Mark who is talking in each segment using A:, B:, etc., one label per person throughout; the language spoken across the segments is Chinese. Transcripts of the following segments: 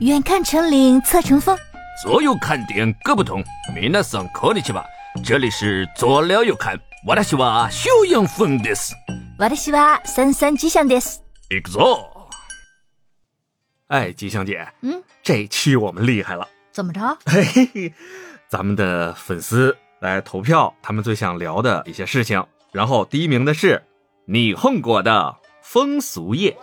A: 远看成岭侧成峰。
B: 所有看点各不同，皆さんこんにちは。这里是左聊右看，私は修养分です。
A: 私は三三吉祥です。
B: 行くぞ！
C: 哎，吉祥姐，
A: 嗯，
C: 这期我们厉害了，
A: 怎么着？
C: 嘿嘿嘿，咱们的粉丝来投票，他们最想聊的一些事情，然后第一名的是你恨过的风俗业。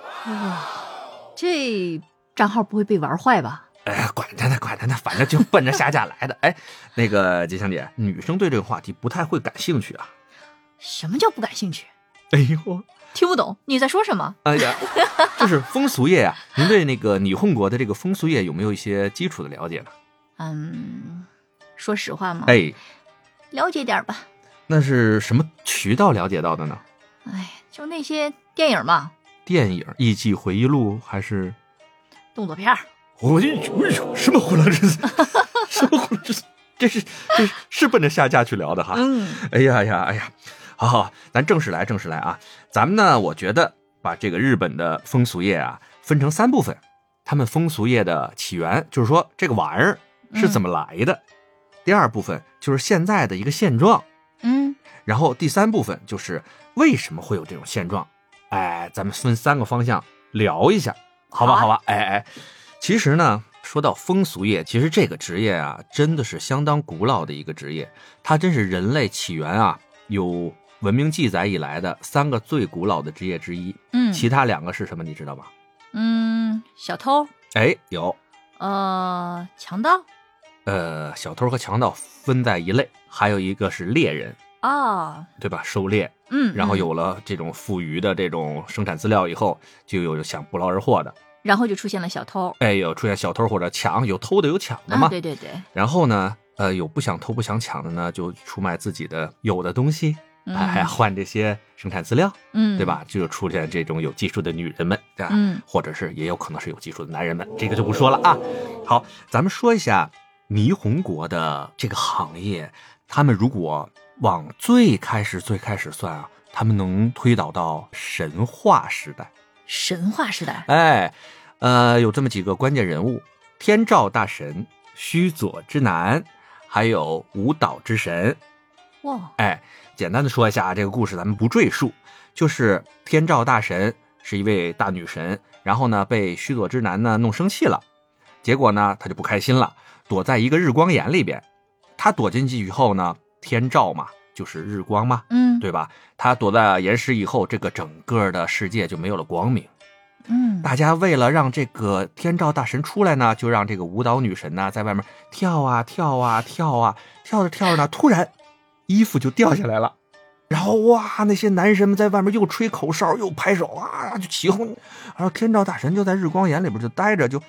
D: 这账号不会被玩坏吧？
C: 哎，管他呢，管他呢，反正就奔着下架来的。哎，那个吉祥姐，女生对这个话题不太会感兴趣啊。
D: 什么叫不感兴趣？
C: 哎呦，
D: 听不懂你在说什么？
C: 哎呀，就是风俗业呀、您对那个你混国的这个风俗业有没有一些基础的了解呢？
D: 嗯，说实话嘛，
C: 哎，
D: 了解点儿吧。
C: 那是什么渠道了解到的呢？
D: 哎，就那些电影嘛，
C: 电影《艺伎回忆录》还是？
D: 动作片儿。
C: 我哎呦，什么混乱之词？ 什么混乱之词？这是这是是奔着下架去聊的哈。
D: 嗯，
C: 哎呀呀，哎呀，好好，咱正式来，正式来啊！咱们呢，我觉得把这个日本的风俗业啊分成三部分，他们风俗业的起源，就是说这个玩意儿是怎么来的；第二部分就是现在的一个现状，
D: 嗯，
C: 然后第三部分就是为什么会有这种现状。哎，咱们分三个方向聊一下，好吧？
D: 好啊
C: 好吧？哎哎，其实呢，说到风俗业，其实这个职业啊，真的是相当古老的一个职业，它真是人类起源啊有文明记载以来的三个最古老的职业之一。
D: 嗯
C: 其他两个是什么？你知道吗？
D: 嗯，小偷，
C: 哎，有，
D: 呃，强盗
C: 呃，小偷和强盗分在一类，还有一个是猎人，
D: 啊，
C: 对吧？狩猎。
D: 嗯，
C: 然
D: 嗯，
C: 后有了这种富余的这种生产资料以后，就有想不劳而获的，
D: 然后就出现了小偷。
C: 哎，有出现小偷或者抢，有偷的有抢的嘛。
D: 啊，对对对，
C: 然后呢，呃，有不想偷不想抢的呢，就出卖自己的有的东西，
D: 嗯
C: 哎，换这些生产资料，
D: 嗯，
C: 对？吧？就出现这种有技术的女人们，对吧？
D: 嗯
C: 或者是也有可能是有技术的男人们，这个就不说了啊。好，咱们说一下霓虹国的这个行业，他们如果往最开始最开始算啊，他们能推导到神话时代。
D: 神话时代，
C: 哎，呃，有这么几个关键人物：天照大神、须佐之男，还有舞蹈之神。
D: 哇，
C: 哎，简单的说一下啊，这个故事，咱们不赘述。就是天照大神是一位大女神，然后呢被须佐之男呢弄生气了，结果呢他就不开心了，躲在一个日光岩里边。他躲进去以后呢，天照嘛就是日光嘛，
D: 嗯，，
C: 对吧？他躲在岩石以后，这个整个的世界就没有了光明。
D: 嗯，
C: 大家为了让这个天照大神出来呢，就让这个舞蹈女神呢在外面跳啊跳啊跳啊，跳着跳着呢，突然衣服就掉下来了。然后哇，那些男神们在外面又吹口哨又拍手啊，就起哄。然后天照大神就在日光岩里边就待着，就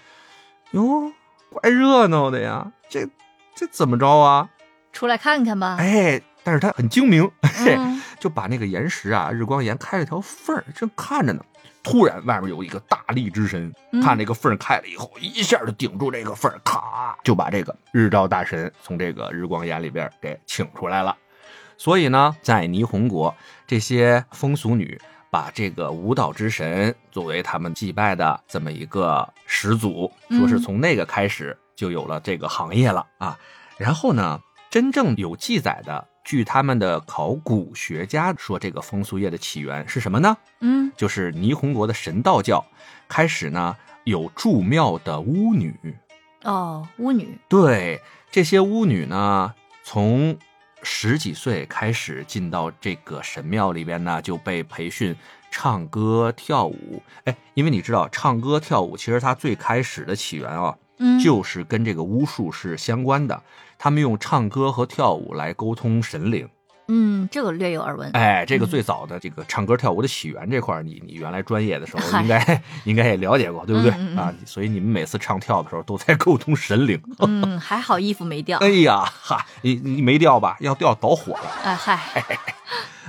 C: 哟，怪热闹的呀，这这怎么着啊？
D: 出来看看吧。
C: 哎，但是他很精明，嘿、
D: 嗯，
C: 就把那个岩石啊，日光岩开了条缝儿，正看着呢。突然，外面有一个大力之神，
D: 嗯
C: 看这个缝儿开了以后，一下就顶住这个缝儿，咔就把这个日照大神从这个日光岩里边给请出来了。所以呢，在霓虹国，这些风俗女把这个舞蹈之神作为他们祭拜的这么一个始祖，
D: 嗯
C: 说是从那个开始就有了这个行业了啊。然后呢，真正有记载的，据他们的考古学家说，这个风俗业的起源是什么呢？
D: 嗯，
C: 就是霓虹国的神道教开始呢有住庙的巫女，
D: 哦，巫女，
C: 对这些巫女呢，从十几岁开始进到这个神庙里边呢，就被培训唱歌跳舞。哎，因为你知道，唱歌跳舞其实它最开始的起源啊，
D: 嗯，
C: 就是跟这个巫术是相关的。他们用唱歌和跳舞来沟通神灵。
D: 嗯，这个略有耳闻。
C: 哎，这个
D: 嗯
C: 最早的这个唱歌跳舞的起源这块儿，你你原来专业的时候
D: 嗨
C: 应该应该也了解过，对不对
D: 嗯嗯嗯
C: 啊？所以你们每次唱跳的时候都在沟通神灵。
D: 嗯，还好衣服没掉。
C: 哎呀，哈，你你没掉吧？要掉导火了。
D: 哎嗨，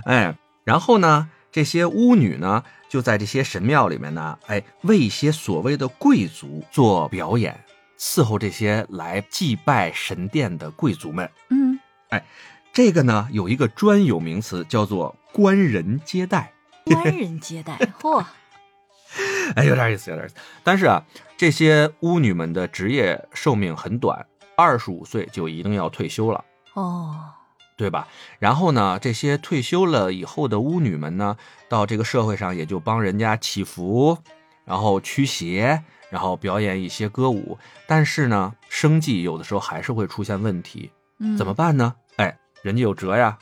C: 哎，然后呢，这些巫女呢，就在这些神庙里面呢，哎，为一些所谓的贵族做表演，伺候这些来祭拜神殿的贵族们。
D: 嗯，
C: 这个呢，有一个专有名词叫做官人接待。
D: 官人接待，嚯，
C: 哎，有点意思，有点意思。但是啊，这些巫女们的职业寿命很短，二十五岁就一定要退休了。
A: 哦，
C: 对吧？然后呢，这些退休了以后的巫女们呢，到这个社会上也就帮人家祈福，然后驱邪，然后表演一些歌舞。但是呢，生计有的时候还是会出现问题，
D: 嗯，
C: 怎么？办呢？哎，人家有辙呀，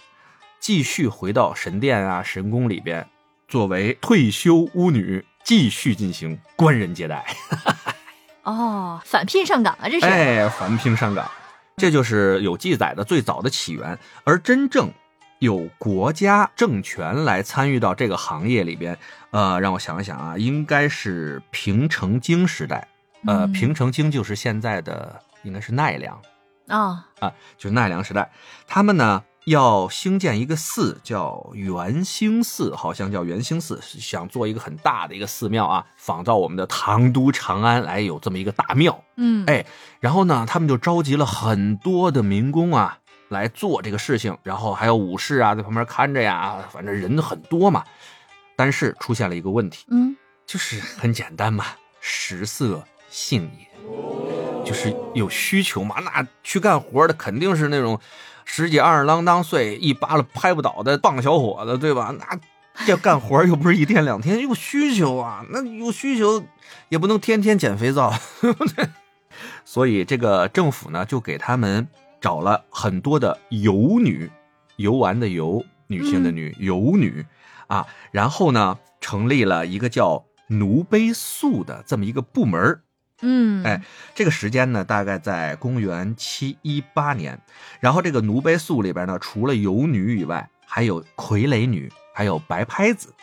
C: 继续回到神殿啊、神宫里边，作为退休巫女继续进行官人接待。
D: 哦，返聘上岗啊，这是。
C: 哎，环评上岗，这就是有记载的最早的起源。而真正有国家政权来参与到这个行业里边，呃，让我想一想啊，应该是平城京时代。呃，
D: 嗯
C: 平城京就是现在的，应该是奈良，
D: 哦，
C: 就是奈良时代。他们呢要兴建一个寺，叫元兴寺，好像叫元兴寺，想做一个很大的一个寺庙啊，仿照我们的唐都长安，哎，有这么一个大庙。
D: 嗯，
C: 哎然后呢，他们就召集了很多的民工啊来做这个事情，然后还有武士啊在旁边看着呀，反正人很多嘛。但是出现了一个问题，
A: 嗯，
C: 就是很简单嘛，食色性也，就是有需求嘛。那去干活的肯定是那种十几二十郎当岁一巴拉拍不倒的棒小伙子，对吧？那要干活又不是一天两天，有需求啊。那有需求也不能天天捡肥皂， 所以这个政府呢就给他们找了很多的游女，游玩的游，女性的女，游女啊，然后呢成立了一个叫奴婢宿的这么一个部门儿
D: 嗯，
C: 哎，这个时间呢，大概在公元七一八年。然后这个奴婢宿里边呢，除了游女以外，还有傀儡女，还有白拍子，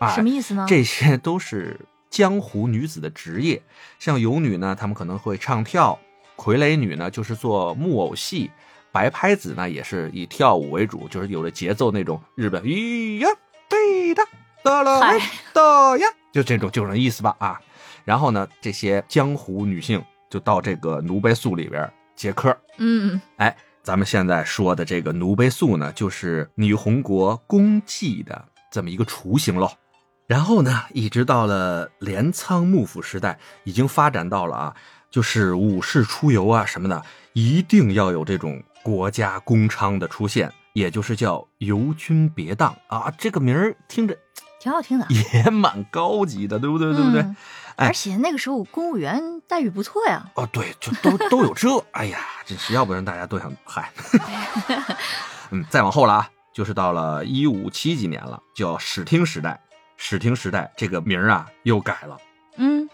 C: 啊，
D: 什么意思呢？
C: 这些都是江湖女子的职业。像游女呢，她们可能会唱跳；傀儡女呢，就是做木偶戏；白拍子呢，也是以跳舞为主，就是有了节奏那种日本咿呀对的哒啦
D: 嗨
C: 哒呀，就这种就这意思吧啊。然后呢，这些江湖女性就到这个奴婢宿里边接客儿。
D: 嗯，
C: 哎，咱们现在说的这个奴婢宿呢，就是女红国功绩的这么一个雏形喽。然后呢，一直到了镰仓幕府时代，已经发展到了啊，就是武士出游啊什么的，一定要有这种国家公娼的出现，也就是叫游军别当啊。这个名儿听着
D: 挺好听的，
C: 也蛮高级的，对不对？对不对？
D: 嗯
C: 哎
D: 而且那个时候公务员待遇不错呀，
C: 哦，对，就都都有这，哎呀，真是，要不然大家都想嗨。嗯，再往后了啊，就是到了一五七几年了，叫史听时代。史听时代这个名儿啊又改了，
D: 嗯，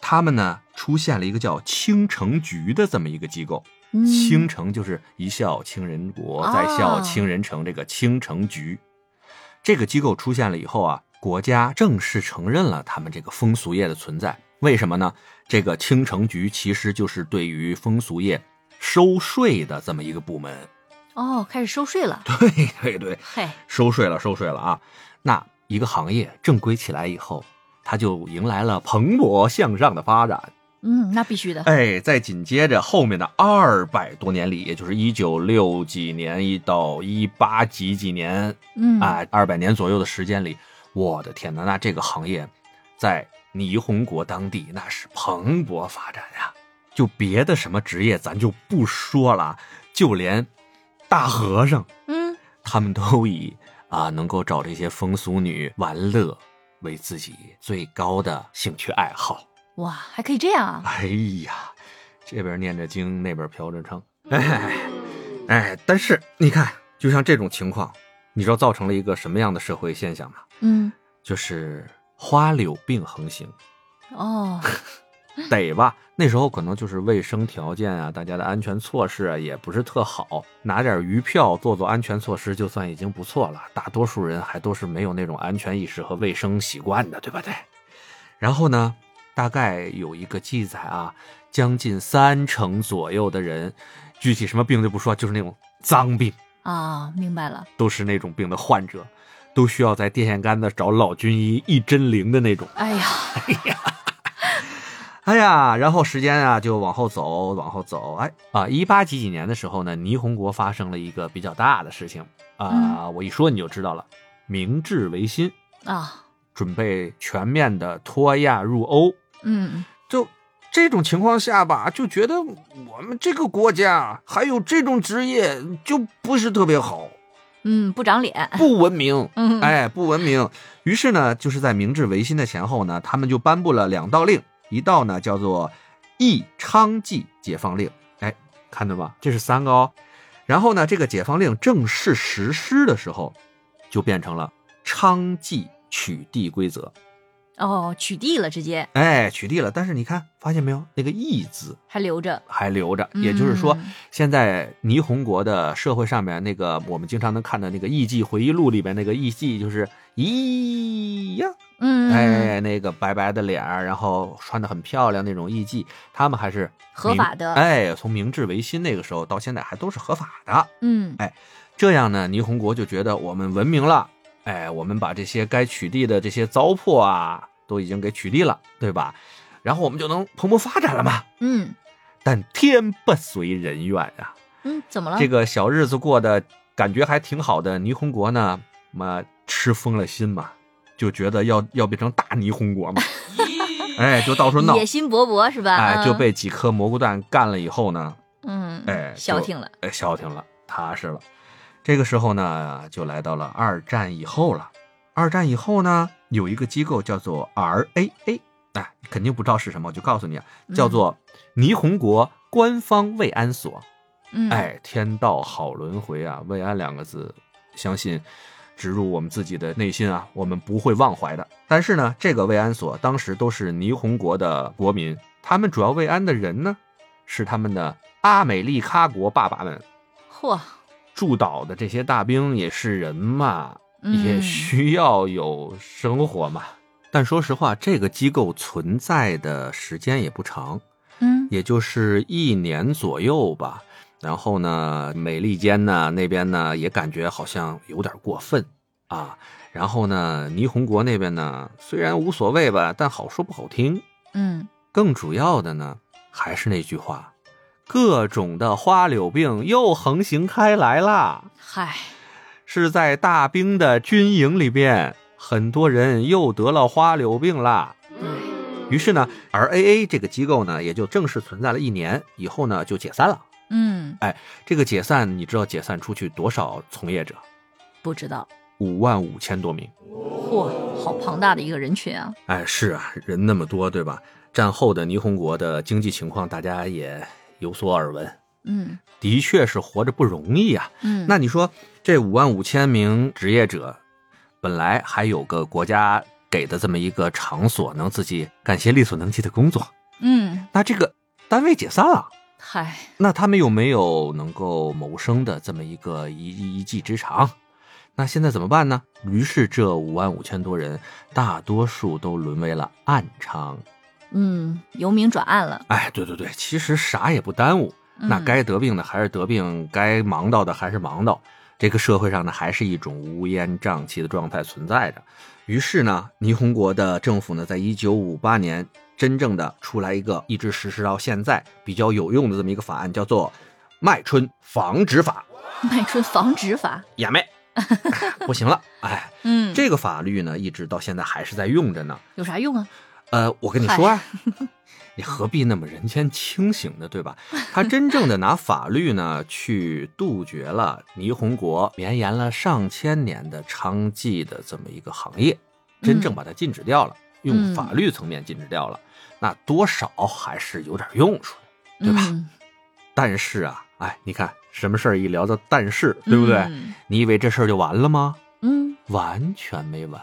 C: 他们呢出现了一个叫青城局的这么一个机构。
D: 嗯
C: 青城就是一笑倾人国，
D: 哦
C: 再笑倾人城，这个青城局，这个机构出现了以后啊，国家正式承认了他们这个风俗业的存在。为什么呢？这个青城局其实就是对于风俗业收税的这么一个部门。
D: 哦，开始收税了，
C: 对对对，
D: 嘿，
C: 收税了，收税了啊！那一个行业正规起来以后，它就迎来了蓬勃向上的发展。
D: 嗯，那必须 的，
C: 哎，再紧接着后面的二百多年里，也就是一九六几年一到一八几几年
D: 嗯，
C: 啊，二百年左右的时间里，我的天哪，那这个行业在霓虹国当地那是蓬勃发展呀、就别的什么职业咱就不说了，就连大和尚
D: 嗯，
C: 他们都以啊能够找这些风俗女玩乐为自己最高的兴趣爱好。
D: 哇，还可以这样啊，
C: 哎呀，这边念着经，那边嫖着娼，
D: 嗯
C: 哎哎，但是你看，就像这种情况，你知道造成了一个什么样的社会现象吗？
D: 嗯，
C: 就是花柳病横行，
D: 哦，
C: 得吧？那时候可能就是卫生条件啊，大家的安全措施啊也不是特好，拿点鱼票做做安全措施，就算已经不错了。大多数人还都是没有那种安全意识和卫生习惯的，对吧？对。然后呢，大概有一个记载啊，将近三成左右的人，具体什么病就不说，就是那种脏病，
D: 啊，明白了，
C: 都是那种病的患者，都需要在电线杆子找老军医一针灵的那种。
D: 哎呀，
C: 哎呀，然后时间啊就往后走，往后走。哎啊，一八几几年的时候呢，霓虹国发生了一个比较大的事情啊、我一说你就知道了，明治维新
D: 啊，
C: 准备全面的脱亚入欧，
D: 嗯，
C: 就这种情况下吧，就觉得我们这个国家还有这种职业就不是特别好，
D: 嗯，不长脸，
C: 不文明。
D: 嗯，
C: 哎，不文明。于是呢，就是在明治维新的前后呢，他们就颁布了两道令，一道呢叫做《义昌纪解放令》，哎，看到吗？这是三个哦。然后呢，这个解放令正式实施的时候，就变成了昌纪取缔规则。
D: 哦，取缔了，直接
C: 哎，取缔了。但是你看，发现没有，那个“义”字
D: 还留着，
C: 还留着，也就是说，
D: 嗯
C: 现在霓虹国的社会上面那个我们经常能看到那个艺伎回忆录里边那个艺伎，就是咦呀，
D: 嗯，
C: 哎，那个白白的脸儿，然后穿的很漂亮那种艺伎，他们还是
D: 合
C: 明
D: 法的
C: 哎，从明治维新那个时候到现在还都是合法的。
D: 嗯，
C: 这样呢，霓虹国就觉得我们文明了，哎，我们把这些该取缔的这些糟粕啊，都已经给取缔了，对吧？然后我们就能蓬勃发展了嘛。
D: 嗯，
C: 但天不随人愿啊，
D: 嗯，怎么了？
C: 这个小日子过得感觉还挺好的霓虹国呢，嘛吃疯了心嘛，就觉得要要变成大霓虹国嘛，哎，就到处闹
D: 野，心勃勃是吧？
C: 哎，
D: 嗯
C: 就被几颗蘑菇蛋干了以后呢，
D: 嗯，
C: 哎
D: 消
C: 就
D: 停了，
C: 哎，消停了，踏实了。这个时候呢，就来到了二战以后了。二战以后呢，有一个机构叫做 RAA，哎，肯定不知道是什么，我就告诉你啊，
D: 嗯
C: 叫做霓虹国官方慰安所。
D: 嗯，
C: 哎，天道好轮回啊！慰安两个字，相信植入我们自己的内心啊，我们不会忘怀的。但是呢，这个慰安所当时都是霓虹国的国民，他们主要慰安的人呢，是他们的阿美利卡国爸爸们。
D: 嚯，
C: 驻岛的这些大兵也是人嘛，
D: 嗯
C: 也需要有生活嘛。但说实话，这个机构存在的时间也不长，
D: 嗯，
C: 也就是一年左右吧。然后呢，美利坚呢那边呢也感觉好像有点过分啊。然后呢，霓虹国那边呢虽然无所谓吧，但好说不好听。
D: 嗯，
C: 更主要的呢，还是那句话，各种的花柳病又横行开来啦。
D: 嗨，
C: 是在大兵的军营里边，很多人又得了花柳病啦。于是呢，RAA 这个机构呢也就正式存在了一年，以后呢就解散了。
D: 嗯，
C: 这个解散，你知道解散出去多少从业者？
D: 不知道，
C: 五万五千多名。
D: 嚯，好庞大的一个人群啊，
C: 哎，是啊，人那么多，对吧？战后的霓虹国的经济情况，大家也有所耳闻，
D: 嗯
C: 的确是活着不容易呀、
D: 嗯，
C: 那你说这五万五千名职业者，本来还有个国家给的这么一个场所，能自己干些力所能及的工作，
D: 嗯，
C: 那这个单位解散了，
D: 嗨，
C: 那他们有没有能够谋生的这么一个一一技之长？那现在怎么办呢？于是这五万五千多人，大多数都沦为了暗娼。
D: 嗯，由明转暗了，
C: 哎，对对对，其实啥也不耽误，那
D: 嗯
C: 该得病的还是得病，该忙到的还是忙到。这个社会上呢，还是一种乌烟瘴气的状态存在着。于是呢，霓虹国的政府呢，在一九五八年真正的出来一个一直实施到现在比较有用的这么一个法案，叫做《麦春防止法
D: 卖春防止法，》。
C: 也没， 不行了，哎，
D: 嗯，
C: 这个法律呢，一直到现在还是在用着呢。
D: 有啥用啊？
C: 呃，我跟你说啊，你何必那么人间清醒呢？对吧？他真正的拿法律呢去杜绝了霓虹国绵延了上千年的娼妓的这么一个行业，真正把它禁止掉了，用法律层面禁止掉了，那多少还是有点用处的。对吧
D: 嗯
C: 但是啊，哎，你看什么事儿一聊到但是，对不对？
D: 嗯
C: 你以为这事儿就完了吗？
D: 嗯，
C: 完全没完。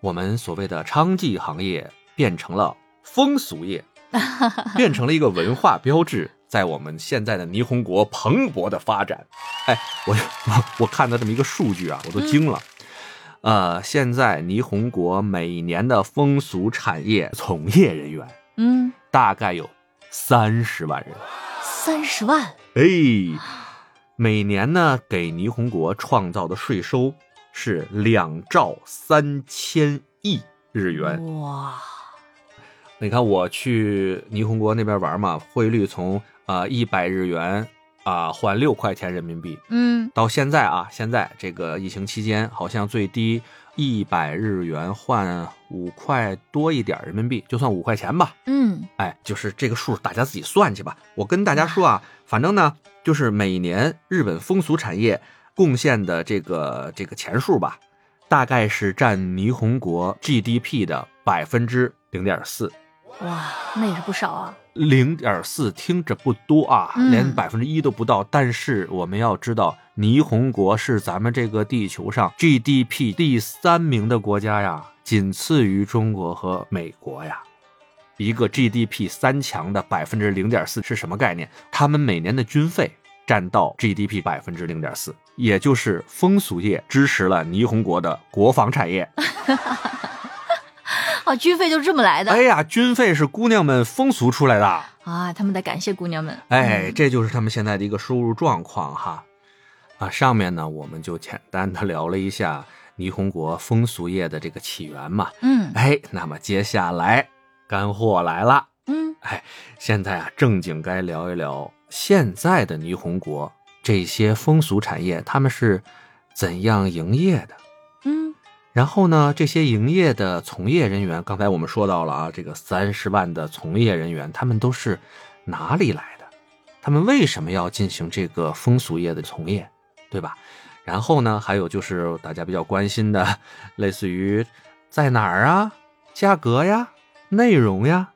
C: 我们所谓的娼妓行业变成了风俗业，变成了一个文化标志，在我们现在的霓虹国蓬勃的发展。哎，我我我看到这么一个数据啊，我都惊了。呃，现在霓虹国每年的风俗产业从业人员
D: 嗯，
C: 大概有三十万人。
D: 三十万，
C: 哎，每年呢给霓虹国创造的税收是两兆三千亿日元。
D: 哇，
C: 你看我去霓虹国那边玩嘛，汇率从啊一百日元啊、换六块钱人民币，
D: 嗯
C: 到现在啊，现在这个疫情期间好像最低一百日元换五块多一点人民币，就算五块钱吧。
A: 嗯，
C: 哎，就是这个数，大家自己算去吧。我跟大家说啊，反正呢，就是每年日本风俗产业贡献的这个这个钱数吧，大概是占霓虹国 GDP 的百分之零点四。
D: 哇，那也是不少啊。
C: 零点四听着不多啊，
D: 嗯
C: 连百分之一都不到。但是我们要知道，霓虹国是咱们这个地球上 GDP 第三名的国家呀，仅次于中国和美国呀。一个 GDP 三强的百分之零点四是什么概念？他们每年的军费占到 GDP 百分之零点四，也就是风俗业支持了霓虹国的国防产业。
D: 哦，军费就这么来的、
C: 哎呀，军费是姑娘们风俗出来的。
D: 啊！他们得感谢姑娘们。
C: 哎，
D: 嗯
C: 这就是他们现在的一个收入状况哈。啊，上面呢我们就简单的聊了一下霓虹国风俗业的这个起源嘛。
D: 嗯
C: 哎，那么接下来干货来了，
D: 嗯，
C: 现在啊正经该聊一聊现在的霓虹国这些风俗产业他们是怎样营业的。
D: 嗯
C: 然后呢，这些营业的从业人员，刚才我们说到了啊，这个三十万的从业人员，他们都是哪里来的？他们为什么要进行这个风俗业的从业，对吧？然后呢，还有就是大家比较关心的， 类似于在哪儿啊、价格呀、内容呀。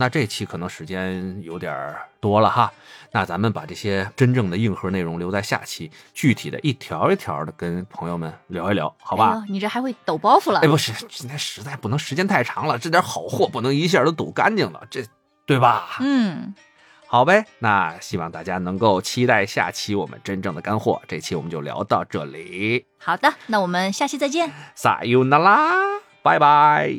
C: 那这期可能时间有点儿多了哈，那咱们把这些真正的硬核内容留在下期，具体的一条一条的跟朋友们聊一聊，
D: 好
C: 好吧？
D: 哎你这还会抖包袱了？
C: 哎，不是，今天实在不能时间太长了，这点好货不能一下都堵干净了，这对吧？
D: 嗯，
C: 好呗，那希望大家能够期待下期我们真正的干货。这期我们就聊到这里，
D: 好的，那我们下期再见。
C: 撒尤那拉，拜拜。